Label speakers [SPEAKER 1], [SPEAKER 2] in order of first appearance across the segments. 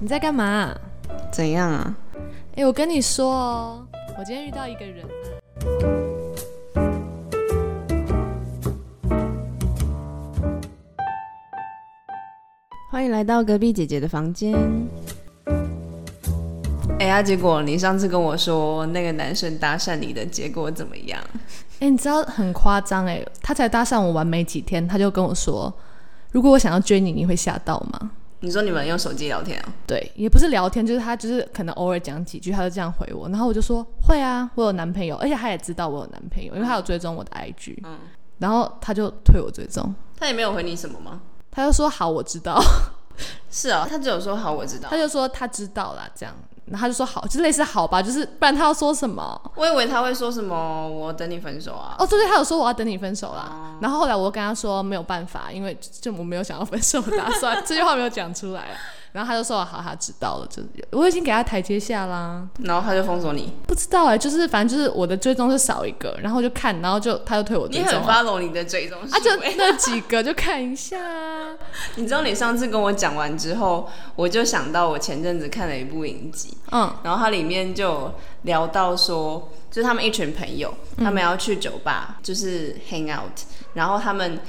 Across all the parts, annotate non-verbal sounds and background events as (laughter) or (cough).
[SPEAKER 1] 你在干嘛、
[SPEAKER 2] 怎样啊？
[SPEAKER 1] 哎、我跟你说哦，我今天遇到一个人。
[SPEAKER 2] 欢迎来到隔壁姐姐的房间。哎呀，结果你上次跟我说那个男生搭讪你的结果怎么样？
[SPEAKER 1] 哎、你知道很夸张哎，他才搭讪我玩没几天，他就跟我说，如果我想要追你，你会吓到吗？
[SPEAKER 2] 你说你们用手机聊天啊？
[SPEAKER 1] 对，也不是聊天，就是他就是可能偶尔讲几句，他就这样回我，然后我就说会啊，我有男朋友，而且他也知道我有男朋友，因为他有追踪我的 IG，
[SPEAKER 2] 嗯
[SPEAKER 1] 然后他就退我追踪，
[SPEAKER 2] 他也没有回你什么吗？
[SPEAKER 1] 他就说好，我知道。
[SPEAKER 2] 是啊，他只有说好，我知道
[SPEAKER 1] 他。就说他知道啦，这样，然后他就说好，就类似好吧，就是不然他要说什么？
[SPEAKER 2] 我以为他会说什么“我等你分手”啊。
[SPEAKER 1] 哦，对对，他有说我要等你分手啦。
[SPEAKER 2] 哦
[SPEAKER 1] 然后后来我跟他说没有办法，因为 (laughs) 就我没有想要分手的打算， (laughs) 这句话没有讲出来。然后他就说好，他知道了，就是我已经给他台阶下啦。
[SPEAKER 2] 然后他就封锁你。
[SPEAKER 1] 不知道哎、就是反正就是我的追踪是少一个，然后就看，然后就他就推我追
[SPEAKER 2] 你
[SPEAKER 1] 踪
[SPEAKER 2] 很欸
[SPEAKER 1] 了。
[SPEAKER 2] follow 你的追踪
[SPEAKER 1] 啊，就
[SPEAKER 2] 行为
[SPEAKER 1] 那几个就看一
[SPEAKER 2] (laughs)
[SPEAKER 1] 下啊。
[SPEAKER 2] 你知道你上次跟我讲完之后，我就想到我前阵子看了一部影集，
[SPEAKER 1] 嗯
[SPEAKER 2] 然后它里面就有聊到说，就是他们一群朋友，他们要去酒吧，就是 hang out，然后他们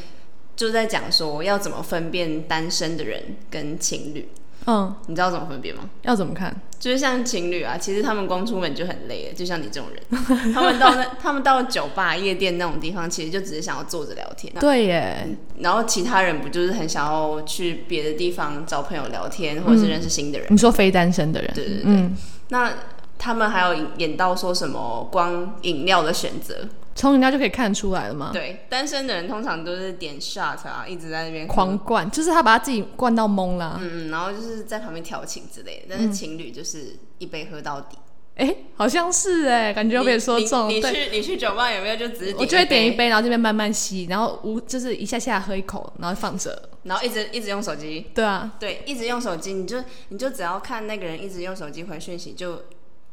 [SPEAKER 2] 就在讲说要怎么分辨单身的人跟情侣。
[SPEAKER 1] 嗯，
[SPEAKER 2] 你知道怎么分辨吗？
[SPEAKER 1] 要怎么看？
[SPEAKER 2] 就是像情侣啊，其实他们光出门就很累了，就像你这种人，他们到那他们到酒吧、夜店那种地方，其实就只是想要坐着聊天。
[SPEAKER 1] 对耶，
[SPEAKER 2] 然后其他人不就是很想要去别的地方找朋友聊天，或者是认识新的人？
[SPEAKER 1] 你说非单身的人，
[SPEAKER 2] 对对对
[SPEAKER 1] 嗯，
[SPEAKER 2] 那他们还有演到说什么光饮料的选择，
[SPEAKER 1] 从人家就可以看出来了吗？
[SPEAKER 2] 对，单身的人通常都是点 shot 啊，一直在那边喝
[SPEAKER 1] 狂，灌，就是他把他自己灌到懵了。
[SPEAKER 2] 嗯嗯，然后就是在旁边调情之类的，
[SPEAKER 1] 嗯
[SPEAKER 2] 但是情侣就是一杯喝到底。
[SPEAKER 1] 哎、好像是哎、感觉有被说中。
[SPEAKER 2] 你你
[SPEAKER 1] 对，
[SPEAKER 2] 去你去酒吧有没有就只是
[SPEAKER 1] 我就会点一
[SPEAKER 2] 杯，
[SPEAKER 1] 杯，然后这边慢慢吸，然后无就是一下下喝一口，然后放着。
[SPEAKER 2] 然后一直一直用手机，
[SPEAKER 1] 对啊，
[SPEAKER 2] 对，一直用手机，你就你就只要看那个人一直用手机回讯息，就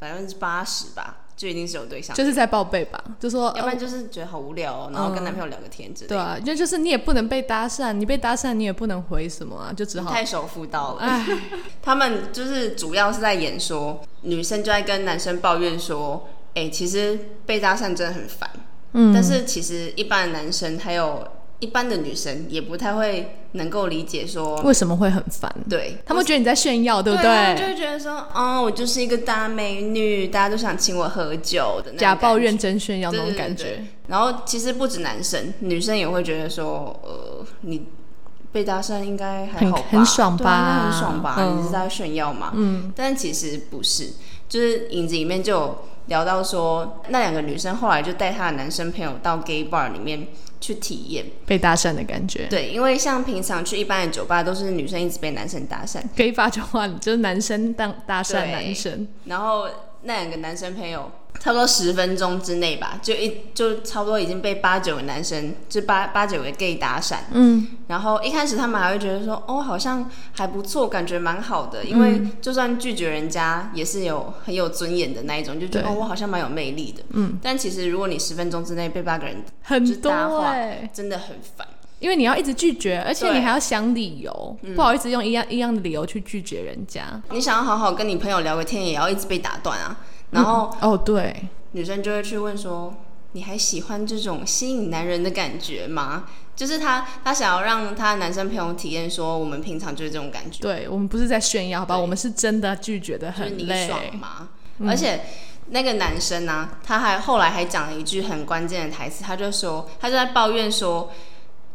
[SPEAKER 2] 百分之八十吧，就一定是有对象。
[SPEAKER 1] 就是在报备吧，就说。
[SPEAKER 2] 要不
[SPEAKER 1] 呃
[SPEAKER 2] 然就是觉得好无聊、哦，然后跟男朋友聊个天之类
[SPEAKER 1] 对
[SPEAKER 2] 的，
[SPEAKER 1] 啊，因为就是你也不能被搭讪，你被搭讪你也不能回什么啊，就只好
[SPEAKER 2] 太手妇道了。
[SPEAKER 1] 哎，
[SPEAKER 2] (laughs) 他们就是主要是在演说，女生就在跟男生抱怨说，哎、其实被搭讪真的很烦，
[SPEAKER 1] 嗯，
[SPEAKER 2] 但是其实一般的男生还有一般的女生也不太会能够理解说，
[SPEAKER 1] 为什么会很烦？
[SPEAKER 2] 对。
[SPEAKER 1] 他们觉得你在炫耀，对不
[SPEAKER 2] 他啊们就会觉得说，哦，我就是一个大美女，大家都想请我喝酒的那种
[SPEAKER 1] 假抱
[SPEAKER 2] 感觉
[SPEAKER 1] 怨真炫耀那种感
[SPEAKER 2] 对对
[SPEAKER 1] 觉，
[SPEAKER 2] 然后其实不止男生，女生也会觉得说，呃，你被搭讪应该还好吧，
[SPEAKER 1] 很很爽吧
[SPEAKER 2] 对啊那很爽吧，
[SPEAKER 1] 嗯
[SPEAKER 2] 你是在炫耀嘛？嗯，但其实不是，就是影子里面就有聊到说，那两个女生后来就带她的男生朋友到 gay bar 里面去体验，
[SPEAKER 1] 被搭讪的感觉。
[SPEAKER 2] 对，因为像平常去一般的酒吧都是女生一直被男生搭讪，
[SPEAKER 1] 可以发就话，就是男生当搭讪
[SPEAKER 2] 对
[SPEAKER 1] 男生，
[SPEAKER 2] 然后那两个男生朋友差不多十分钟之内吧，就一就差不多已经被八九个男生，就八八九个 gay 搭讪。
[SPEAKER 1] 嗯，
[SPEAKER 2] 然后一开始他们还会觉得说，哦，好像还不错，感觉蛮好的，因为就算拒绝人家也是有很有尊严的那一种，就觉得
[SPEAKER 1] 对
[SPEAKER 2] 哦，我好像蛮有魅力的。嗯，但其实如果你十分钟之内被八个人，
[SPEAKER 1] 很多
[SPEAKER 2] 搭话
[SPEAKER 1] 哎、
[SPEAKER 2] 真的很烦。
[SPEAKER 1] 因为你要一直拒绝，而且
[SPEAKER 2] 对嗯
[SPEAKER 1] 你还要想理由，不好意思用一样一样的理由去拒绝人家。
[SPEAKER 2] 你想要好好跟你朋友聊个天，也要一直被打断啊。然后
[SPEAKER 1] 哦，对，
[SPEAKER 2] 女生就会去问说：“你还喜欢这种吸引男人的感觉吗？”就是她，她想要让她的男生朋友体验说，我们平常就是这种感觉。
[SPEAKER 1] 对我们不是在炫耀，好吧？
[SPEAKER 2] 对
[SPEAKER 1] 我们是真的拒绝的
[SPEAKER 2] 就是
[SPEAKER 1] 很
[SPEAKER 2] 你
[SPEAKER 1] 累。
[SPEAKER 2] 爽吗？而且那个男生呢、他还后来还讲了一句很关键的台词，他就说，他就在抱怨说，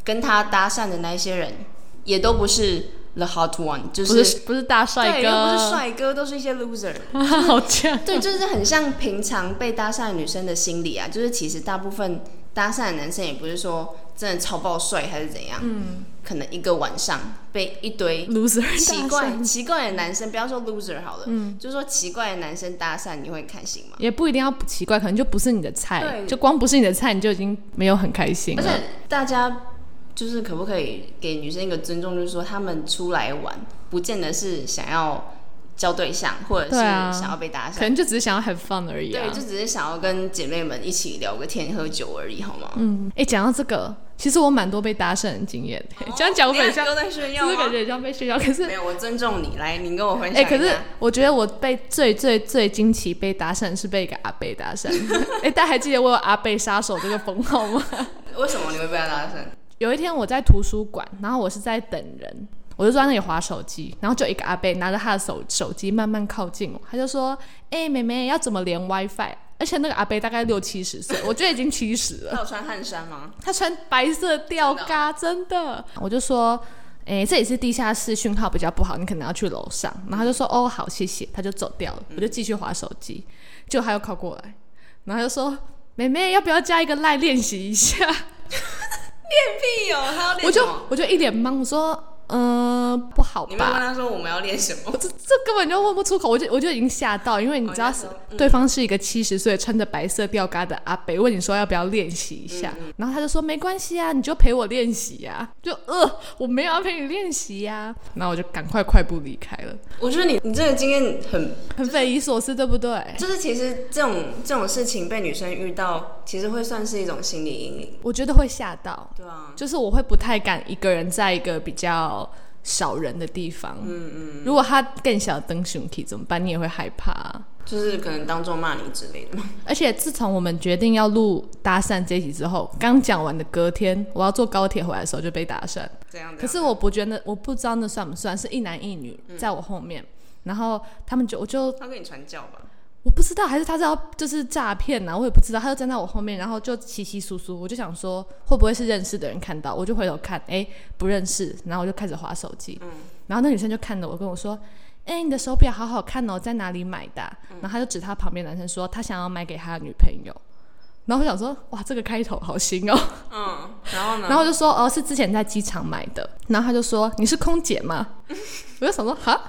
[SPEAKER 2] 跟他搭讪的那些人也都不是 the hot one，就
[SPEAKER 1] 不
[SPEAKER 2] 是
[SPEAKER 1] 是不是大帅
[SPEAKER 2] 对，又不是
[SPEAKER 1] 哥，
[SPEAKER 2] 帅哥，都是一些 loser。
[SPEAKER 1] (laughs) 好呛。
[SPEAKER 2] (laughs) 对，就是很像平常被搭讪的女生的心理啊，就是其实大部分搭讪的男生也不是说真的超爆帅还是怎样，嗯，可能一个晚上被一堆
[SPEAKER 1] loser
[SPEAKER 2] 奇
[SPEAKER 1] 大
[SPEAKER 2] 怪
[SPEAKER 1] 帅
[SPEAKER 2] 奇怪的男生，不要说 loser 好了，嗯，就说奇怪的男生搭讪，你会开心吗？
[SPEAKER 1] 也不一定要奇怪，可能就不是你的菜，
[SPEAKER 2] 对
[SPEAKER 1] 就光不是你的菜，你就已经没有很开心
[SPEAKER 2] 而且
[SPEAKER 1] 了。
[SPEAKER 2] 大家就是可不可以给女生一个尊重，就是说他们出来玩，不见得是想要交对象，或者是
[SPEAKER 1] 对啊
[SPEAKER 2] 想要被搭
[SPEAKER 1] 可
[SPEAKER 2] 讪。
[SPEAKER 1] 能就只是想要 have fun 而已、啊。
[SPEAKER 2] 对，就只是想要跟姐妹们一起聊个天、喝酒而已，好吗？
[SPEAKER 1] 嗯，哎、讲到这个，其实我蛮多被搭讪的经验的、
[SPEAKER 2] 哦
[SPEAKER 1] 这样讲我
[SPEAKER 2] 你看
[SPEAKER 1] 很像，
[SPEAKER 2] 又在炫耀
[SPEAKER 1] 就是感
[SPEAKER 2] 吗？
[SPEAKER 1] 觉很像被炫耀，可是
[SPEAKER 2] 没有，我尊重你，来，你跟我分享
[SPEAKER 1] 哎、
[SPEAKER 2] 一下。
[SPEAKER 1] 可是我觉得我被最最最惊奇被搭讪是被一个阿贝搭讪。 (laughs) 哎、大家还记得我有阿贝杀手这个封号吗？
[SPEAKER 2] 为什么你会被他搭讪？
[SPEAKER 1] 有一天我在图书馆，然后我是在等人，我就坐在那里划手机，然后就一个阿贝拿着他的手手机慢慢靠近我，他就说：“哎、妹妹要怎么连 WiFi？” 而且那个阿贝大概六七十岁，我觉得已经七十
[SPEAKER 2] (laughs)
[SPEAKER 1] 了。
[SPEAKER 2] 他有穿汗
[SPEAKER 1] (laughs)
[SPEAKER 2] 衫吗？
[SPEAKER 1] 他穿白色吊嘎，真的。我就说，诶，这里是地下室，讯号比较不好，你可能要去楼上。然后他就说，哦，好，谢谢。他就走掉了，我就继续划手机，就他又靠过来，然后他就说，妹妹要不要加一个赖练习一下？
[SPEAKER 2] 屁哦，他要练
[SPEAKER 1] 我
[SPEAKER 2] 什
[SPEAKER 1] 就
[SPEAKER 2] 么？
[SPEAKER 1] 我就一脸懵，我说，嗯、不好
[SPEAKER 2] 你没有问
[SPEAKER 1] 吧？
[SPEAKER 2] 他说我们要练什么？
[SPEAKER 1] 我这这根本就问不出口，我就我就已经吓到，因为你知道
[SPEAKER 2] 哦
[SPEAKER 1] 是
[SPEAKER 2] 那时候
[SPEAKER 1] 对方是一个七十岁穿着白色吊嘎的阿北，问你说要不要练习一下，
[SPEAKER 2] 嗯
[SPEAKER 1] 然后他就说没关系啊，你就陪我练习呀、就呃我没有要陪你练习呀、然后我就赶快快步离开了，
[SPEAKER 2] 我觉得你你这个经验很，
[SPEAKER 1] 很匪夷所思，对不对？
[SPEAKER 2] 就是其实这种这种事情被女生遇到，其实会算是一种心理阴影。
[SPEAKER 1] 我觉得会吓到，
[SPEAKER 2] 对啊，
[SPEAKER 1] 就是我会不太敢一个人在一个比较少人的地方，嗯嗯，如果他更小灯熊 k 怎么办？你也会害怕啊、
[SPEAKER 2] 就是可能当众骂你之类的嘛。 (laughs)
[SPEAKER 1] 而且自从我们决定要录搭讪这一集之后，刚讲完的隔天，我要坐高铁回来的时候就被搭讪。
[SPEAKER 2] 这样的。
[SPEAKER 1] 可是我不觉得，我不知道那算不算是一男一女在我后面，然后他们就我就
[SPEAKER 2] 他跟你传教吧？
[SPEAKER 1] 我不知道，还是他知道就是诈骗呐、我也不知道，他就站在我后面，然后就稀稀疏疏，我就想说会不会是认识的人看到，我就回头看，哎、不认识，然后我就开始划手机，然后那女生就看着我跟我说，哎、你的手表好好看哦，在哪里买的啊、然后他就指他旁边男生说，他想要买给他的女朋友，然后我想说，哇，这个开头好新哦，
[SPEAKER 2] 嗯，然后呢？
[SPEAKER 1] 然后我就说，哦，是之前在机场买的。然后他就说，你是空姐吗？ (laughs) 我就想说，哈，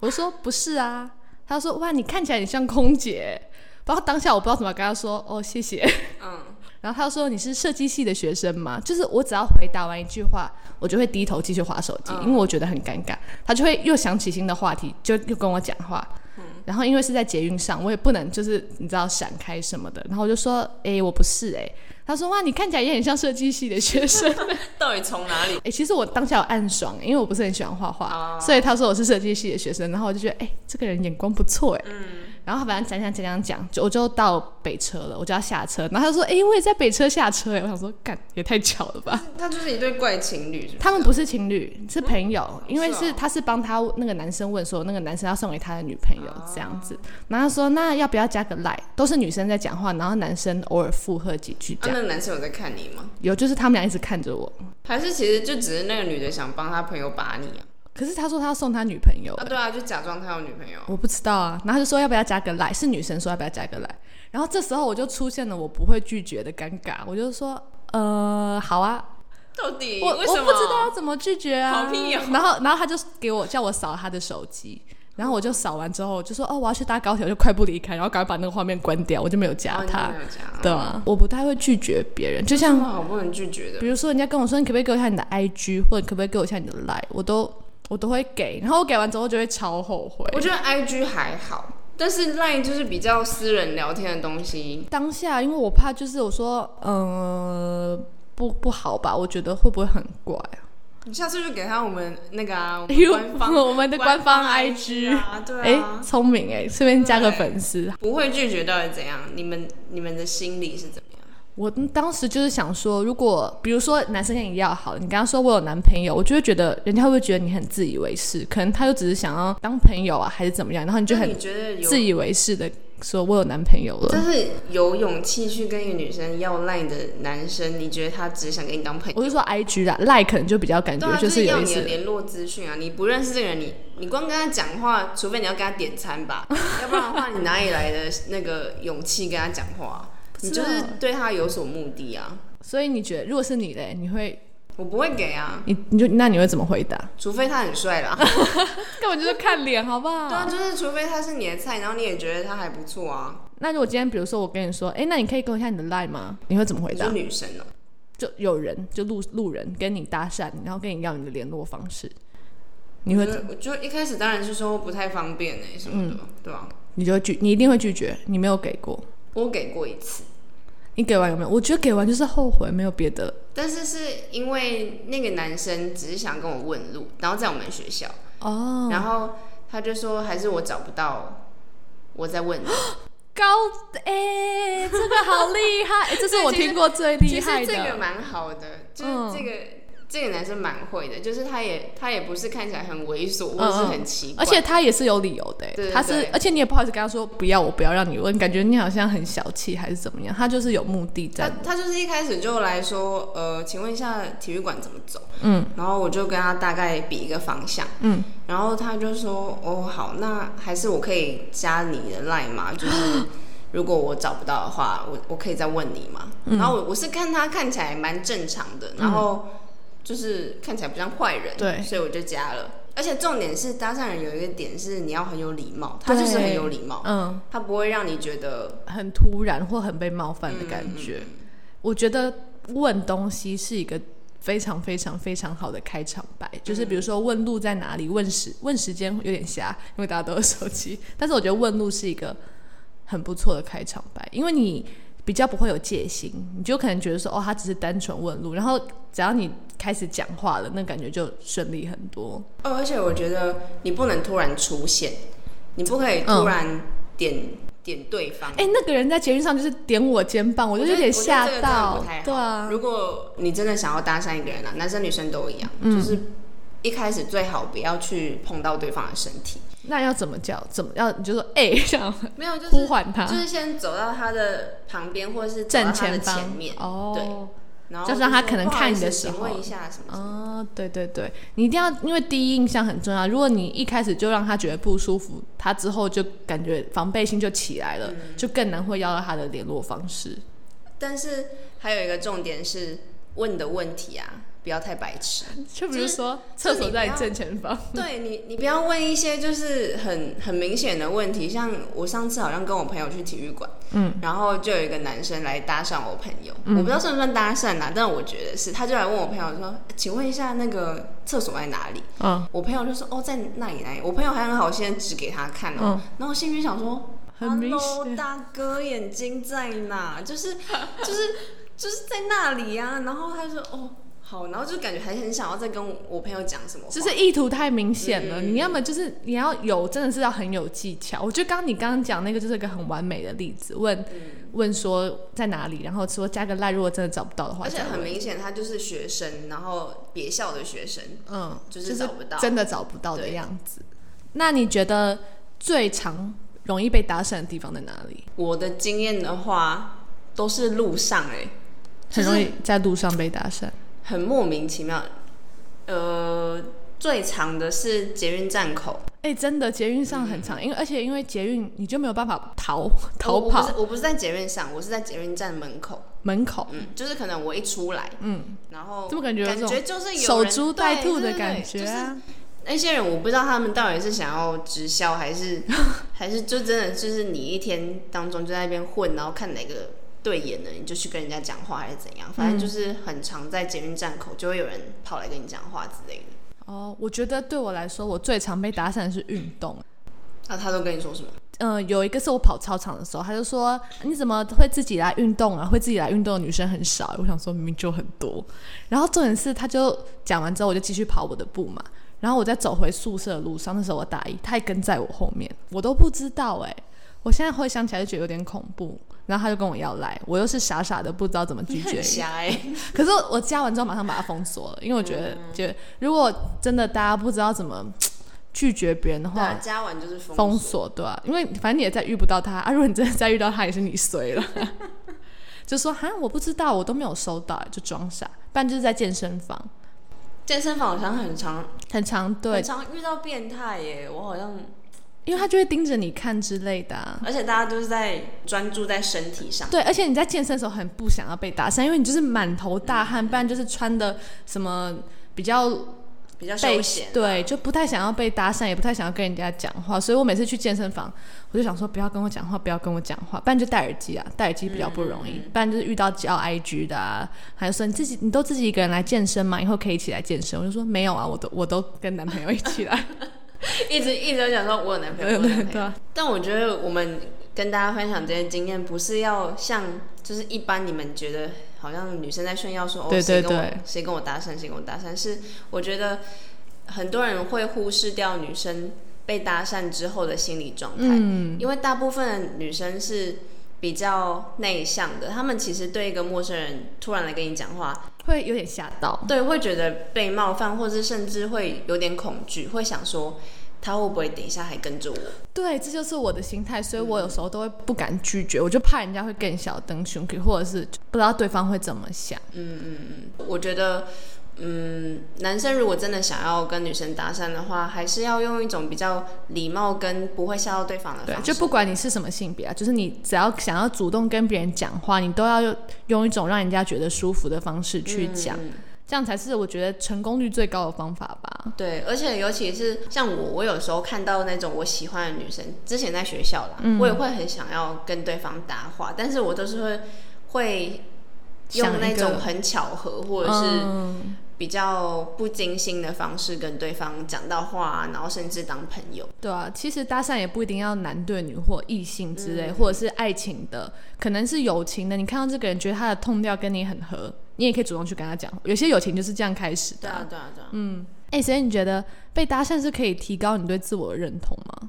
[SPEAKER 1] 我就说不是啊。他就说，哇，你看起来很像空姐。然后当下我不知道怎么跟他说，哦，谢谢。
[SPEAKER 2] 嗯，
[SPEAKER 1] (laughs) 然后他就说，你是设计系的学生吗？就是我只要回答完一句话，我就会低头继续划手机，
[SPEAKER 2] 嗯
[SPEAKER 1] 因为我觉得很尴尬。他就会又想起新的话题，就又跟我讲话。
[SPEAKER 2] 嗯
[SPEAKER 1] 然后因为是在捷运上，我也不能就是你知道闪开什么的。然后我就说，诶，我不是诶。他说，哇，你看起来也很像设计系的学生。
[SPEAKER 2] (laughs) 到底从哪里？
[SPEAKER 1] 哎、其实我当下有暗爽，因为我不是很喜欢画画，
[SPEAKER 2] 哦
[SPEAKER 1] 所以他说我是设计系的学生，然后我就觉得，哎、这个人眼光不错，哎、
[SPEAKER 2] 嗯
[SPEAKER 1] 然后反正讲讲讲讲讲，就我就到北车了，我就要下车，然后他就说，哎、我也在北车下车，哎，我想说，干也太巧了
[SPEAKER 2] (laughs)
[SPEAKER 1] 吧。
[SPEAKER 2] (laughs) 他就是一对怪情侣，是吧？
[SPEAKER 1] 他们不是情侣，是朋友，因为
[SPEAKER 2] 是
[SPEAKER 1] 是
[SPEAKER 2] 哦
[SPEAKER 1] 他是帮他那个男生问说那个男生要送给他的女朋友
[SPEAKER 2] 哦
[SPEAKER 1] 这样子，然后他说那要不要加个 like，都是女生在讲话，然后男生偶尔附和几句
[SPEAKER 2] 啊
[SPEAKER 1] 这样，
[SPEAKER 2] 那个男生有在看你吗？
[SPEAKER 1] 有就是他们俩一直看着我，
[SPEAKER 2] 还是其实就只是那个女的想帮他朋友把你啊？
[SPEAKER 1] 可是他说他要送他女朋友，
[SPEAKER 2] 啊，对啊，就假装他有女朋友。
[SPEAKER 1] 我不知道啊，然后他就说要不要加个来，是女生说要不要加个来，然后这时候我就出现了我不会拒绝的尴尬，我就说呃好啊，
[SPEAKER 2] 到底
[SPEAKER 1] 我我
[SPEAKER 2] 为什么？
[SPEAKER 1] 不知道要怎么拒绝啊，
[SPEAKER 2] 好屁哦
[SPEAKER 1] 然后然后他就给我叫我扫他的手机，然后我就扫完之后就说哦我要去搭高铁，我就快步离开，然后赶快把那个画面关掉，我就没有加
[SPEAKER 2] 哦，
[SPEAKER 1] 他
[SPEAKER 2] 你，没有讲。
[SPEAKER 1] 对啊，我不太会拒绝别人，就像
[SPEAKER 2] 哇，好不能拒绝的。
[SPEAKER 1] 比如说人家跟我说你可不可以给我一下你的 IG，或者可不可以给我一下你的 Line，我都我都会给，然后我给完之后就会超后悔。
[SPEAKER 2] 我觉得 I G 还好，但是 Line 就是比较私人聊天的东西。
[SPEAKER 1] 当下，因为我怕就是我说，嗯、不不好吧？我觉得会不会很怪啊？
[SPEAKER 2] 你下次就给他我们那
[SPEAKER 1] (laughs)
[SPEAKER 2] 个啊，我
[SPEAKER 1] 因
[SPEAKER 2] 们
[SPEAKER 1] 为
[SPEAKER 2] 官方
[SPEAKER 1] 哎我们的官方
[SPEAKER 2] IG
[SPEAKER 1] IG，
[SPEAKER 2] 啊，对
[SPEAKER 1] 哎
[SPEAKER 2] 啊，，
[SPEAKER 1] 聪、明哎、顺便加个粉丝。
[SPEAKER 2] 不会拒绝到底怎样？你们你们的心理是怎么样？
[SPEAKER 1] 我当时就是想说，如果比如说男生跟你要好，你跟他说我有男朋友，我就会觉得人家会不会觉得你很自以为是？可能他就只是想要当朋友啊，还是怎么样？然后你就
[SPEAKER 2] 那
[SPEAKER 1] 很
[SPEAKER 2] 你觉得有
[SPEAKER 1] 自以为是的说我有男朋友了。
[SPEAKER 2] 就是有勇气去跟一个女生要 line 的男生，你觉得他只想跟你当朋友？
[SPEAKER 1] 我是说 IG 啦，like 可能就比较感
[SPEAKER 2] 对
[SPEAKER 1] 觉
[SPEAKER 2] 啊，就是
[SPEAKER 1] 是
[SPEAKER 2] 要
[SPEAKER 1] 有一
[SPEAKER 2] 你的
[SPEAKER 1] 次
[SPEAKER 2] 联络资讯啊！你不认识这个人，你你光跟他讲话，除非你要跟他点
[SPEAKER 1] (laughs)
[SPEAKER 2] 餐吧，要不然的话，你哪里来的那个勇气跟他讲话啊？
[SPEAKER 1] 不
[SPEAKER 2] 你
[SPEAKER 1] 知
[SPEAKER 2] 就
[SPEAKER 1] 道
[SPEAKER 2] 是对他有所目的啊！
[SPEAKER 1] 所以你觉得如果是你嘞，你会
[SPEAKER 2] 我不会给啊，
[SPEAKER 1] 你你就那你会怎么回答？
[SPEAKER 2] 除非他很帅啦。
[SPEAKER 1] 根本就是看脸，好不好？
[SPEAKER 2] 对啊，就是除非他是你的菜，然后你也觉得他还不错啊。
[SPEAKER 1] 那如果今天比如说我跟你说，哎、那你可以给我一下你的 line 吗？你会怎么回
[SPEAKER 2] 你
[SPEAKER 1] 答
[SPEAKER 2] 说？女生哦、
[SPEAKER 1] 就有人就路路人跟你搭讪，然后跟你要你的联络方式，嗯你会
[SPEAKER 2] 我觉得我就一开始当然是说不太方便哎、什么的，对吧、
[SPEAKER 1] 你就会拒，你一定会拒绝，你没有给过，
[SPEAKER 2] 我给过一次，
[SPEAKER 1] 你给完有没有？我觉得给完就是后悔，没有别的。
[SPEAKER 2] 但是是因为那个男生只是想跟我问路，然后在我们学校，
[SPEAKER 1] 哦，
[SPEAKER 2] 然后他就说还是我找不到，我
[SPEAKER 1] (gasps)
[SPEAKER 2] 在问你。
[SPEAKER 1] 高哎、这个好厉害、 (laughs) 哎这是我
[SPEAKER 2] 对其实
[SPEAKER 1] 听过最
[SPEAKER 2] 其
[SPEAKER 1] 厉
[SPEAKER 2] 实
[SPEAKER 1] 害
[SPEAKER 2] 这个
[SPEAKER 1] 的。
[SPEAKER 2] 蛮好的，就是
[SPEAKER 1] 嗯
[SPEAKER 2] 这个、这个男生蛮会的，就是他也他也不是看起来很猥琐
[SPEAKER 1] 嗯
[SPEAKER 2] 或是很奇怪，
[SPEAKER 1] 而且他也是有理由的、哎
[SPEAKER 2] 对对
[SPEAKER 1] 他是
[SPEAKER 2] 对，
[SPEAKER 1] 而且你也不好意思跟他说不要，我不要让你问，感觉你好像很小气还是怎么样，他就是有目的
[SPEAKER 2] 他
[SPEAKER 1] 在。
[SPEAKER 2] 他就是一开始就来说，呃，请问一下体育馆怎么走？
[SPEAKER 1] 嗯
[SPEAKER 2] 然后我就跟他大概比一个方向，
[SPEAKER 1] 嗯，
[SPEAKER 2] 然后他就说，哦，好，那还是我可以加你的 line
[SPEAKER 1] (gasps)
[SPEAKER 2] 吗？就是如果我找不到的话，我我可以再问你吗？
[SPEAKER 1] 嗯
[SPEAKER 2] 然后我我是看他看起来蛮正常的，然后就是看起来不像坏人，
[SPEAKER 1] 对
[SPEAKER 2] 所以我就加了。而且重点是搭讪人有一个点是你要很有礼貌，他就是很有礼貌，
[SPEAKER 1] 嗯，
[SPEAKER 2] 他不会让你觉得
[SPEAKER 1] 很突然或很被冒犯的感觉。
[SPEAKER 2] 嗯
[SPEAKER 1] 我觉得问东西是一个非常非常非常好的开场白，就是比如说问路在哪里，问时问时间有点瞎，因为大家都有手机，但是我觉得问路是一个很不错的开场白，因为你。比较不会有戒心，你就可能觉得说，哦，他只是单纯问路，然后只要你开始讲话了，那感觉就顺利很多。
[SPEAKER 2] 哦，而且我觉得你不能突然出现，你不可以
[SPEAKER 1] 嗯
[SPEAKER 2] 突然点、点对方。
[SPEAKER 1] 哎、那个人在捷运上就是点我肩膀，我就
[SPEAKER 2] 觉
[SPEAKER 1] 有
[SPEAKER 2] 得
[SPEAKER 1] 点
[SPEAKER 2] 我觉得
[SPEAKER 1] 吓
[SPEAKER 2] 这个真的
[SPEAKER 1] 到
[SPEAKER 2] 不太，好
[SPEAKER 1] 对啊，
[SPEAKER 2] 如果你真的想要搭讪一个人啊，男生女生都一样，
[SPEAKER 1] 嗯
[SPEAKER 2] 就是一开始最好不要去碰到对方的身体，
[SPEAKER 1] 那要怎么叫？怎么要？你就说哎、 (laughs) 这样
[SPEAKER 2] 没有就
[SPEAKER 1] 呼唤他，
[SPEAKER 2] 就是先走到他的旁边或者是走到
[SPEAKER 1] 正
[SPEAKER 2] 他的
[SPEAKER 1] 方
[SPEAKER 2] 前面，
[SPEAKER 1] 哦。
[SPEAKER 2] 然后
[SPEAKER 1] 就是
[SPEAKER 2] 说
[SPEAKER 1] 他可能
[SPEAKER 2] 不好
[SPEAKER 1] 看
[SPEAKER 2] 意
[SPEAKER 1] 你的
[SPEAKER 2] 思
[SPEAKER 1] 时
[SPEAKER 2] 请
[SPEAKER 1] 候
[SPEAKER 2] 问一下什么什么
[SPEAKER 1] 哦，对对对，你一定要，因为第一印象很重要。如果你一开始就让他觉得不舒服，他之后就感觉防备心就起来了，
[SPEAKER 2] 嗯
[SPEAKER 1] 就更难会要到他的联络方式。
[SPEAKER 2] 但是还有一个重点是问的问题啊，不要太白痴。
[SPEAKER 1] 就比
[SPEAKER 2] 就
[SPEAKER 1] 如
[SPEAKER 2] 是
[SPEAKER 1] 说，
[SPEAKER 2] 就
[SPEAKER 1] 厕
[SPEAKER 2] 是
[SPEAKER 1] 所
[SPEAKER 2] 你
[SPEAKER 1] 在
[SPEAKER 2] 不
[SPEAKER 1] 你
[SPEAKER 2] 要
[SPEAKER 1] 正前方，
[SPEAKER 2] 对你，你不要问一些就是很很明显的问题，像我上次好像跟我朋友去体育馆，
[SPEAKER 1] 嗯，
[SPEAKER 2] 然后就有一个男生来搭讪我朋友，我不知道算不算搭讪啦、但我觉得是，他就来问我朋友说，请问一下那个厕所在哪里？
[SPEAKER 1] 嗯，
[SPEAKER 2] 我朋友就说哦，在那里那里。我朋友还很好心地指给他看哦，
[SPEAKER 1] 嗯
[SPEAKER 2] 然后我心里想说
[SPEAKER 1] 很明
[SPEAKER 2] ，Hello
[SPEAKER 1] 显
[SPEAKER 2] 大哥，眼睛在哪？就是 (laughs) 就是就是在那里呀、然后他就说哦。好，然后就感觉还很想要再跟我我朋友讲什么话，
[SPEAKER 1] 就是意图太明显
[SPEAKER 2] 嗯
[SPEAKER 1] 了。你要么就是你要有，真的是要很有技巧。我觉得刚刚你刚刚讲那个就是一个很完美的例子，问、
[SPEAKER 2] 嗯
[SPEAKER 1] 问说在哪里，然后说加个赖，如果真的找不到的话，
[SPEAKER 2] 而且
[SPEAKER 1] 再问
[SPEAKER 2] 很明显，他就是学生，然后别校的学生。
[SPEAKER 1] 嗯，
[SPEAKER 2] 就是找不到
[SPEAKER 1] 真的找不到的
[SPEAKER 2] 对
[SPEAKER 1] 样子。那你觉得最常容易被搭讪的地方在哪里？
[SPEAKER 2] 我的经验的话，都是路上哎、就
[SPEAKER 1] 很
[SPEAKER 2] 是
[SPEAKER 1] 容易在路上被搭讪。
[SPEAKER 2] 很莫名其妙。呃，最长的是捷运站口
[SPEAKER 1] 哎、真的，捷运上很长，因为而且因为捷运你就没有办法逃
[SPEAKER 2] 我
[SPEAKER 1] 逃
[SPEAKER 2] 我不
[SPEAKER 1] 跑
[SPEAKER 2] 是我不是在捷运上，我是在捷运站门口。
[SPEAKER 1] 门口，
[SPEAKER 2] 嗯，就是可能我一出来，
[SPEAKER 1] 嗯，
[SPEAKER 2] 然后
[SPEAKER 1] 怎么感觉有
[SPEAKER 2] 感
[SPEAKER 1] 种
[SPEAKER 2] 觉就是有
[SPEAKER 1] 守
[SPEAKER 2] 人
[SPEAKER 1] 株待
[SPEAKER 2] 对
[SPEAKER 1] 兔的
[SPEAKER 2] 对对
[SPEAKER 1] 感
[SPEAKER 2] 对
[SPEAKER 1] 觉
[SPEAKER 2] 就是
[SPEAKER 1] 啊。
[SPEAKER 2] 那些人我不知道他们到底是想要直销，
[SPEAKER 1] (laughs)
[SPEAKER 2] 还是还是就真的就是你一天当中就在那边混，然后看哪个对眼了你就去跟人家讲话，还是怎样？
[SPEAKER 1] 嗯
[SPEAKER 2] 反正就是很常在捷运站口就会有人跑来跟你讲话之类的。
[SPEAKER 1] 哦，我觉得对我来说，我最常被搭讪的是运动。
[SPEAKER 2] 那、啊他都跟你说什么？
[SPEAKER 1] 嗯、有一个是我跑操场的时候，他就说你怎么会自己来运动啊？会自己来运动的女生很少。啊我想说明明就很多。然后重点是，他就讲完之后，我就继续跑我的步嘛。然后我在走回宿舍的路上，那时候我大一，他还跟在我后面，我都不知道哎、我现在回想起来就觉得有点恐怖。然后他就跟我要来，我又是傻傻的不知道怎么拒绝
[SPEAKER 2] 很欸狭隘、
[SPEAKER 1] 可是我加完之后马上把它封锁了，因为我觉
[SPEAKER 2] 嗯
[SPEAKER 1] 得，觉得如果真的大家不知道怎么拒绝别人的
[SPEAKER 2] (laughs) 对
[SPEAKER 1] 话
[SPEAKER 2] 啊，，加完就是封
[SPEAKER 1] 封
[SPEAKER 2] 锁。
[SPEAKER 1] 锁对啊，因为反正你也再遇不到他啊，如果你真的再遇到他，也是你衰了。 (laughs) 就说哈，我不知道，我都没有收到，就装傻。不然就是在健身房，
[SPEAKER 2] 健身房好像很常
[SPEAKER 1] 很常对
[SPEAKER 2] 很，常遇到变态耶，我好像，
[SPEAKER 1] 因为他就会盯着你看之类的、啊。
[SPEAKER 2] 而且大家都是在专注在身体上。
[SPEAKER 1] 对，而且你在健身的时候很不想要被搭讪，因为你就是满头大汗，不然就是穿的什么比较
[SPEAKER 2] 比较
[SPEAKER 1] 被
[SPEAKER 2] 休闲。
[SPEAKER 1] 对，就不太想要被搭讪，也不太想要跟人家讲话，所以我每次去健身房，我就想说不要跟我讲话，不要跟我讲话，不然就戴耳机啊，戴耳机比较不容
[SPEAKER 2] 嗯
[SPEAKER 1] 易，不然就是遇到教 IG 的啊，还有说你自己你都自己一个人来健身嘛，以后可以一起来健身，我就说没有啊，我都我都跟男朋友一起
[SPEAKER 2] (laughs)
[SPEAKER 1] 来，
[SPEAKER 2] 一直一直都讲说我有男朋友，
[SPEAKER 1] 对
[SPEAKER 2] 我有男
[SPEAKER 1] 对
[SPEAKER 2] 朋
[SPEAKER 1] 对
[SPEAKER 2] 友。
[SPEAKER 1] 啊，
[SPEAKER 2] 但我觉得我们跟大家分享这些经验，不是要像就是一般你们觉得好像女生在炫耀说哦
[SPEAKER 1] 对
[SPEAKER 2] 谁
[SPEAKER 1] 对
[SPEAKER 2] 跟我
[SPEAKER 1] 对
[SPEAKER 2] 谁跟我搭讪谁跟我搭讪，是我觉得很多人会忽视掉女生被搭讪之后的心理状态，
[SPEAKER 1] 嗯，
[SPEAKER 2] 因为大部分女生是。比较内向的，她们其实对一个陌生人突然来跟你讲话，
[SPEAKER 1] 会有点吓到，
[SPEAKER 2] 对，会觉得被冒犯，或是甚至会有点恐惧，会想说他会不会等一下还跟着我？
[SPEAKER 1] 对，这就是我的心态，所以我有时候都会不敢拒绝，我就怕人家会更小灯熊，或者是不知道对方会怎么想，
[SPEAKER 2] 我觉得，嗯，男生如果真的想要跟女生搭讪的话，还是要用一种比较礼貌跟不会吓到对方的
[SPEAKER 1] 对，
[SPEAKER 2] 方式。
[SPEAKER 1] 就不管你是什么性别啊，就是你只要想要主动跟别人讲话，你都要用用一种让人家觉得舒服的方式去讲，
[SPEAKER 2] 嗯
[SPEAKER 1] 这样才是我觉得成功率最高的方法吧。
[SPEAKER 2] 对，而且尤其是像我，我有时候看到那种我喜欢的女生，之前在学校啦，
[SPEAKER 1] 嗯
[SPEAKER 2] 我也会很想要跟对方搭话，但是我都是会会用
[SPEAKER 1] 想一
[SPEAKER 2] 那
[SPEAKER 1] 个
[SPEAKER 2] 种很巧合或者是
[SPEAKER 1] 嗯，
[SPEAKER 2] 比较不经心的方式跟对方讲到话啊、然后甚至当朋友。
[SPEAKER 1] 对啊，其实搭讪也不一定要男对女或异性之
[SPEAKER 2] 嗯
[SPEAKER 1] 类，或者是爱情的，可能是友情的。你看到这个人，觉得他的痛调跟你很合，你也可以主动去跟他讲。有些友情就是这样开始的、啊。
[SPEAKER 2] 对啊，对啊。
[SPEAKER 1] 哎、所以你觉得被搭讪是可以提高你对自我的认同吗？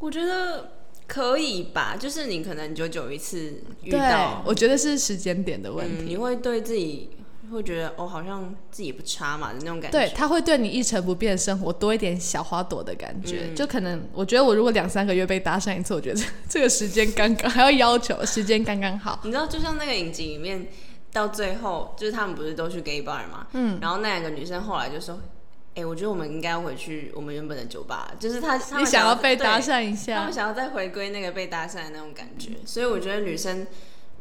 [SPEAKER 2] 我觉得可以吧，就是你可能久久一次遇
[SPEAKER 1] 对
[SPEAKER 2] 到，，
[SPEAKER 1] 我觉得是时间点的问题。
[SPEAKER 2] 嗯，你会对自己会觉得哦，好像自己不差嘛的那种感觉。
[SPEAKER 1] 对，他会对你一成不变的生活多一点小花朵的感觉。
[SPEAKER 2] 嗯
[SPEAKER 1] 就可能，我觉得我如果两三个月被搭讪一次，我觉得这这个时间刚刚还要要求时间刚刚好。
[SPEAKER 2] 你知道，就像那个影集里面，到最后就是他们不是都去 gay bar 嘛，嗯，然后那两个女生后来就说。哎、我觉得我们应该回去我们原本的酒吧，就是他，他
[SPEAKER 1] 你
[SPEAKER 2] 们
[SPEAKER 1] 想要
[SPEAKER 2] 要
[SPEAKER 1] 被搭
[SPEAKER 2] 对
[SPEAKER 1] 讪一
[SPEAKER 2] 他
[SPEAKER 1] 下
[SPEAKER 2] 们，想要再回归那个被搭讪的那种感觉，所以我觉得女生，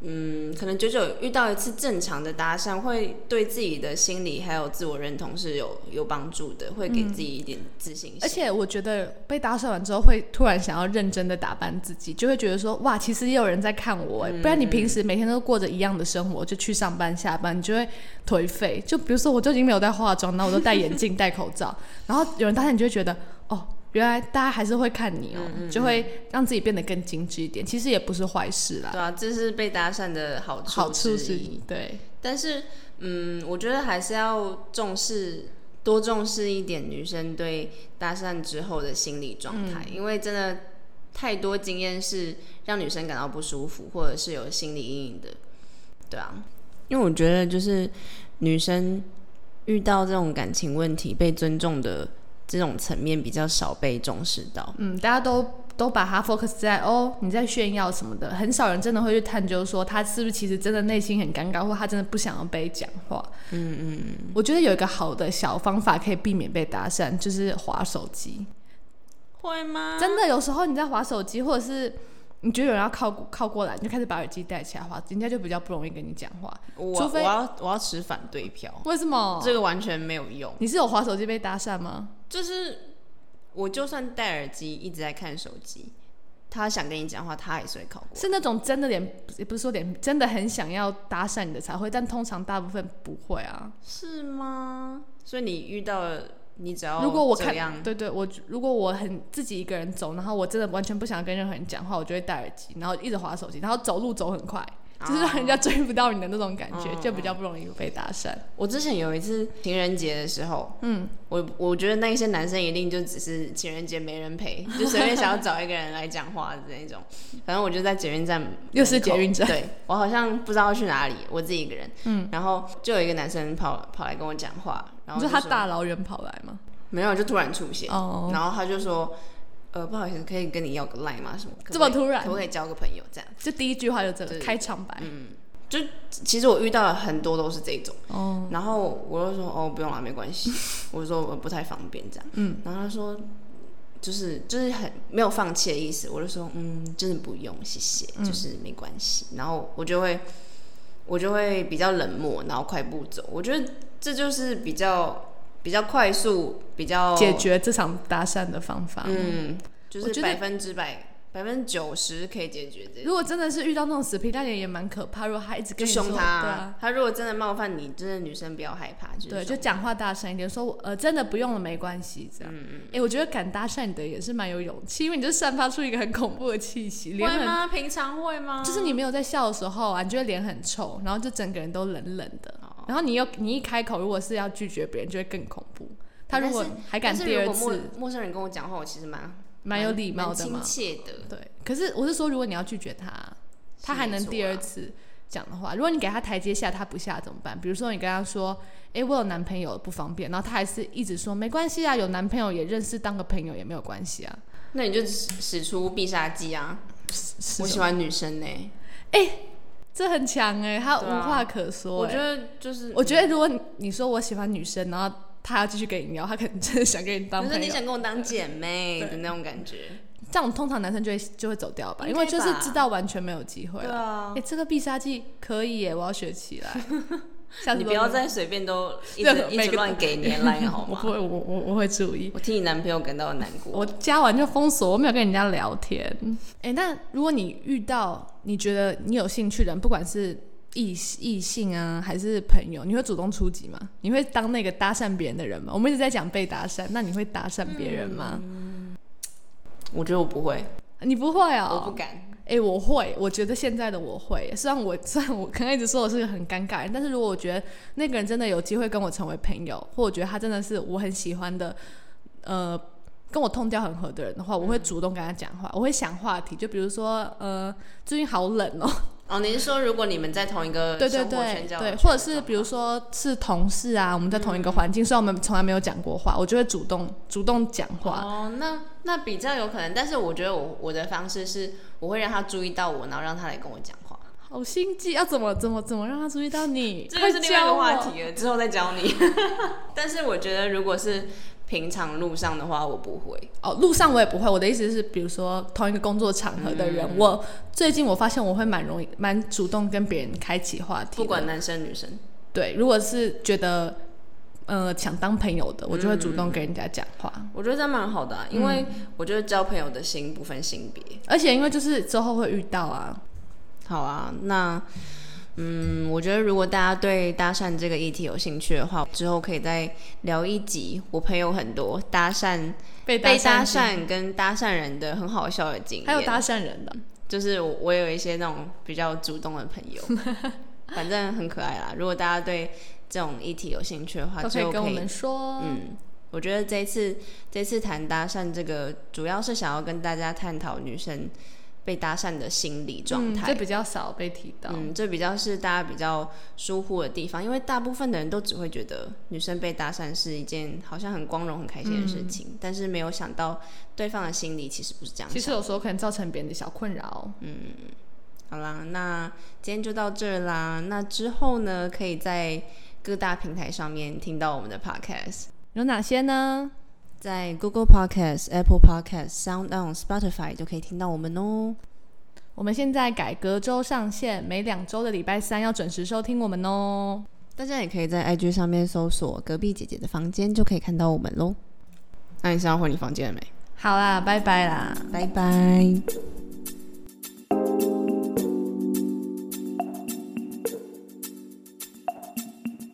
[SPEAKER 2] 嗯，可能久久遇到一次正常的搭讪，会对自己的心理还有自我认同是有有帮助的，会给自己一点自信心。
[SPEAKER 1] 嗯而且我觉得被搭讪完之后，会突然想要认真的打扮自己，就会觉得说，哇，其实也有人在看我、欸，不然你平时每天都过着一样的生活，就去上班下班，你就会颓废。就比如说，我就已经没有在化妆，然后我都戴眼镜、戴口 (laughs) 罩，然后有人搭讪，你就会觉得，哦，原来大家还是会看你哦、就会让自己变得更精致一点，其实也不是坏事啦，
[SPEAKER 2] 对啊，这是被搭讪的好处
[SPEAKER 1] 好处
[SPEAKER 2] 之
[SPEAKER 1] 是
[SPEAKER 2] 一。，
[SPEAKER 1] 对，
[SPEAKER 2] 但是，嗯，我觉得还是要重视，多重视一点女生对搭讪之后的心理状态，因为真的太多经验是让女生感到不舒服，或者是有心理阴影的，对啊。因为我觉得就是女生遇到这种感情问题被尊重的这种层面比较少被重视到，
[SPEAKER 1] 嗯，大家都都把它 focus 在哦你在炫耀什么的，很少人真的会去探究说他是不是其实真的内心很尴尬，或他真的不想要被讲话。嗯嗯，我觉得有一个好的小方法可以避免被搭讪，就是划手机。
[SPEAKER 2] 会吗
[SPEAKER 1] 真的有时候你在划手机，或者是你觉得有人要靠靠过来，你就开始把耳机戴起来划，人家就比较不容易跟你讲话。
[SPEAKER 2] 我
[SPEAKER 1] 除非
[SPEAKER 2] 我要我要持反对票，
[SPEAKER 1] 为什么？
[SPEAKER 2] 这个完全没有用。
[SPEAKER 1] 你是有划手机被搭讪吗？
[SPEAKER 2] 就是我就算戴耳机一直在看手机，他想跟你讲话，他还是会靠过。
[SPEAKER 1] 是那种真的脸，也不是说脸，真的很想要搭讪你的才会，但通常大部分不会啊。
[SPEAKER 2] 是吗？所以你遇到了，你只要
[SPEAKER 1] 如果我
[SPEAKER 2] 这样
[SPEAKER 1] 看，对对，我如果我很自己一个人走，然后我真的完全不想跟任何人讲话，我就会戴耳机，然后一直划手机，然后走路走很快，就是让人
[SPEAKER 2] 哦
[SPEAKER 1] 家追不到你的那种感
[SPEAKER 2] 嗯
[SPEAKER 1] 觉，就比较不容易被搭讪。
[SPEAKER 2] 我之前有一次情人节的时候，嗯，我我觉得那些男生一定就只是情人节没人 (laughs) 陪，就随便想要找一个人来讲话的那种。反正我就在捷运站门口，
[SPEAKER 1] 又是捷运站
[SPEAKER 2] 对我好像不知道去哪里，我自己一个人，嗯，然后就有一个男生跑跑来跟我讲话，然
[SPEAKER 1] 你
[SPEAKER 2] 后
[SPEAKER 1] 说
[SPEAKER 2] 就
[SPEAKER 1] 他
[SPEAKER 2] 说
[SPEAKER 1] 大老远跑来吗？
[SPEAKER 2] 没有，就突然出现，
[SPEAKER 1] 哦
[SPEAKER 2] 然后他就说，呃，不好意思，可以跟你要个 line 吗？什么？可不可以
[SPEAKER 1] 这么突然
[SPEAKER 2] 可不可以交个朋友？这样，
[SPEAKER 1] 就第一句话就这
[SPEAKER 2] 对嗯
[SPEAKER 1] 个开场白，
[SPEAKER 2] 就其实我遇到了很多都是这种，
[SPEAKER 1] 哦，
[SPEAKER 2] 然后我就说，哦，不用了，没
[SPEAKER 1] (laughs)
[SPEAKER 2] 关系，我就说我不太方便这样，嗯，然后他说。就是就是很没有放弃的意思，我就说嗯，真的不用，谢谢，
[SPEAKER 1] 嗯
[SPEAKER 2] 就是没关系。然后我就会我就会比较冷漠，然后快步走。我觉得这就是比较比较快速、比较
[SPEAKER 1] 解决这场搭讪的方法。
[SPEAKER 2] 哦嗯，就
[SPEAKER 1] 我
[SPEAKER 2] 是
[SPEAKER 1] 觉得
[SPEAKER 2] 百分之百、百分之九十可以解决这
[SPEAKER 1] 如果真的是遇到那种死皮赖脸，也蛮可怕。如果他一直
[SPEAKER 2] 就
[SPEAKER 1] 跟你说，
[SPEAKER 2] 凶他、
[SPEAKER 1] 对啊，
[SPEAKER 2] 他如果真的冒犯你，真的女生不要害怕，就是
[SPEAKER 1] 对，
[SPEAKER 2] 凶
[SPEAKER 1] 就讲话大声一点，说我呃真的不用了，没关系这样。嗯嗯。哎、我觉得敢搭讪你的也是蛮有勇气，因为你就散发出一个很恐怖的气息，脸
[SPEAKER 2] 会
[SPEAKER 1] 很
[SPEAKER 2] 吗？平常会吗？
[SPEAKER 1] 就是你没有在笑的时候啊，你就会脸很臭，然后就整个人都冷冷的。
[SPEAKER 2] 哦
[SPEAKER 1] 然后你又你一开口，如果是要拒绝别人，就会更恐怖。他如果
[SPEAKER 2] 但是
[SPEAKER 1] 还敢
[SPEAKER 2] 但
[SPEAKER 1] 第
[SPEAKER 2] 是
[SPEAKER 1] 二
[SPEAKER 2] 如果陌
[SPEAKER 1] 次，
[SPEAKER 2] 陌生人跟我讲话，我其实蛮
[SPEAKER 1] 蛮有礼貌
[SPEAKER 2] 蛮
[SPEAKER 1] 的嘛
[SPEAKER 2] 亲。切的。
[SPEAKER 1] 对，可是我是说，如果你要拒绝他，他还能第二次讲的话，如果你给他台阶下，他不下怎么办？比如说你跟他说：“诶，我有男朋友不方便。”然后他还是一直说：“没关系啊，有男朋友也认识，当个朋友也没有关系啊。
[SPEAKER 2] 那你就使使出必杀技啊！
[SPEAKER 1] 是”
[SPEAKER 2] 我喜欢女生呢、
[SPEAKER 1] 这很强诶，他
[SPEAKER 2] 对
[SPEAKER 1] 无
[SPEAKER 2] 啊
[SPEAKER 1] 话可说、
[SPEAKER 2] 我觉
[SPEAKER 1] 得，
[SPEAKER 2] 得就是，
[SPEAKER 1] 我觉得如果你你说我喜欢女生，然后他要继续跟你聊，他可能真的想跟你当
[SPEAKER 2] 可是
[SPEAKER 1] 朋
[SPEAKER 2] 你
[SPEAKER 1] 友。
[SPEAKER 2] 想跟我当姐妹的那种感觉，
[SPEAKER 1] 这样通常男生就会就会走掉吧，
[SPEAKER 2] 应
[SPEAKER 1] 因
[SPEAKER 2] 该
[SPEAKER 1] 为就是
[SPEAKER 2] 吧
[SPEAKER 1] 知道完全没有机会了。
[SPEAKER 2] 啊
[SPEAKER 1] 诶，，这个必杀技可以耶，我要学起
[SPEAKER 2] (laughs)
[SPEAKER 1] 来。下次
[SPEAKER 2] 你
[SPEAKER 1] 都
[SPEAKER 2] 不要再随便都一
[SPEAKER 1] 任
[SPEAKER 2] 直
[SPEAKER 1] 何
[SPEAKER 2] 一
[SPEAKER 1] 每
[SPEAKER 2] 直
[SPEAKER 1] 个
[SPEAKER 2] 乱给年来好
[SPEAKER 1] 我
[SPEAKER 2] 吗？
[SPEAKER 1] 不会，我我 (laughs) 我会注意。
[SPEAKER 2] 我替你男朋友感到难过。
[SPEAKER 1] 我加完就封锁，我没有跟人家聊天。哎、那如果你遇到你觉得你有兴趣的人，不管是异异性啊，还是朋友，你会主动出击吗？你会当那个搭讪别人的人吗？我们一直在讲被搭讪，那你会搭讪别人吗？
[SPEAKER 2] 嗯我觉得我不会，
[SPEAKER 1] 你不会
[SPEAKER 2] 我
[SPEAKER 1] 哦、
[SPEAKER 2] 不敢。
[SPEAKER 1] 哎、我会，我觉得现在的我会。虽然我 (laughs) 虽然我刚刚一直说我是个很尴尬的人，但是如果我觉得那个人真的有机会跟我成为朋友，或我觉得他真的是我很喜欢的，呃，跟我痛调很合的人的话，
[SPEAKER 2] 嗯
[SPEAKER 1] 我会主动跟他讲话，我会想话题。就比如说，呃，最近好冷哦、
[SPEAKER 2] 哦，你是说如果你们在同一个
[SPEAKER 1] 对对
[SPEAKER 2] 呃生活
[SPEAKER 1] 对
[SPEAKER 2] 圈交嗯友
[SPEAKER 1] 对，
[SPEAKER 2] 圈
[SPEAKER 1] 或者是比如说是同事啊，我们在同一个环境，虽然我们从来没有讲过话，我就会主动主动讲话。
[SPEAKER 2] 哦，那那比较有可能，但是我觉得我我的方式是，我会让他注意到我，然后让他来跟我讲话。
[SPEAKER 1] 好心机，要怎么怎么怎么让他注意到你？
[SPEAKER 2] 这个是
[SPEAKER 1] 快
[SPEAKER 2] 另外一
[SPEAKER 1] 教
[SPEAKER 2] 个话
[SPEAKER 1] 我
[SPEAKER 2] 题了，之后再教你。 (laughs) 但是我觉得如果是平常路上的话，我不会。
[SPEAKER 1] 哦，路上我也不会。我的意思是，比如说同一个工作场合的人，
[SPEAKER 2] 嗯
[SPEAKER 1] 我最近我发现我会蛮容易、蛮主动跟别人开启话题的。
[SPEAKER 2] 不管男生女生，
[SPEAKER 1] 对，如果是觉得呃想当朋友的，我就会主动跟人家讲话。
[SPEAKER 2] 我觉得这样蛮好的、啊，因为
[SPEAKER 1] 嗯
[SPEAKER 2] 我觉得交朋友的心不分性别。
[SPEAKER 1] 而且因为就是之后会遇到啊，
[SPEAKER 2] 好啊，那嗯，我觉得如果大家对搭讪这个议题有兴趣的话，之后可以再聊一集。我朋友很多搭讪
[SPEAKER 1] 被
[SPEAKER 2] 被搭
[SPEAKER 1] 搭讪，
[SPEAKER 2] 讪跟搭讪人的很好笑的经验，
[SPEAKER 1] 还有搭讪人的。
[SPEAKER 2] 嗯就是我我有一些那种比较主动的朋友，反正很可爱啦。如果大家对这种议题有兴趣的话，
[SPEAKER 1] 都可
[SPEAKER 2] 之后
[SPEAKER 1] 以跟我
[SPEAKER 2] 可以
[SPEAKER 1] 们说，
[SPEAKER 2] 嗯，我觉得这一次这次谈搭讪这个，主要是想要跟大家探讨女生被搭讪的心理状
[SPEAKER 1] 嗯
[SPEAKER 2] 态
[SPEAKER 1] 这。比较少被提到。
[SPEAKER 2] 嗯，这比较是大家比较疏忽的地方，因为大部分的人都只会觉得女生被搭讪是一件好像很光荣、很开心的事
[SPEAKER 1] 嗯
[SPEAKER 2] 情，但是没有想到对方的心理其实不是这样
[SPEAKER 1] 其
[SPEAKER 2] 想。
[SPEAKER 1] 实有时候可能造成别人的小困扰。
[SPEAKER 2] 好啦，那今天就到这儿啦。那之后呢，可以在各大平台上面听到我们的 podcast。
[SPEAKER 1] 有哪些呢？
[SPEAKER 2] 在 Google Podcast、Apple Podcast、Sound On、Spotify 都可以听到我们哦。
[SPEAKER 1] 我们现在改革周上线，每两周的礼拜三要准时收听我们哦。
[SPEAKER 2] 大家也可以在 IG 上面搜索“隔壁姐姐的房间”，就可以看到我们喽。那你现在回你房间了没？
[SPEAKER 1] 好啦，拜拜啦。
[SPEAKER 2] 拜拜。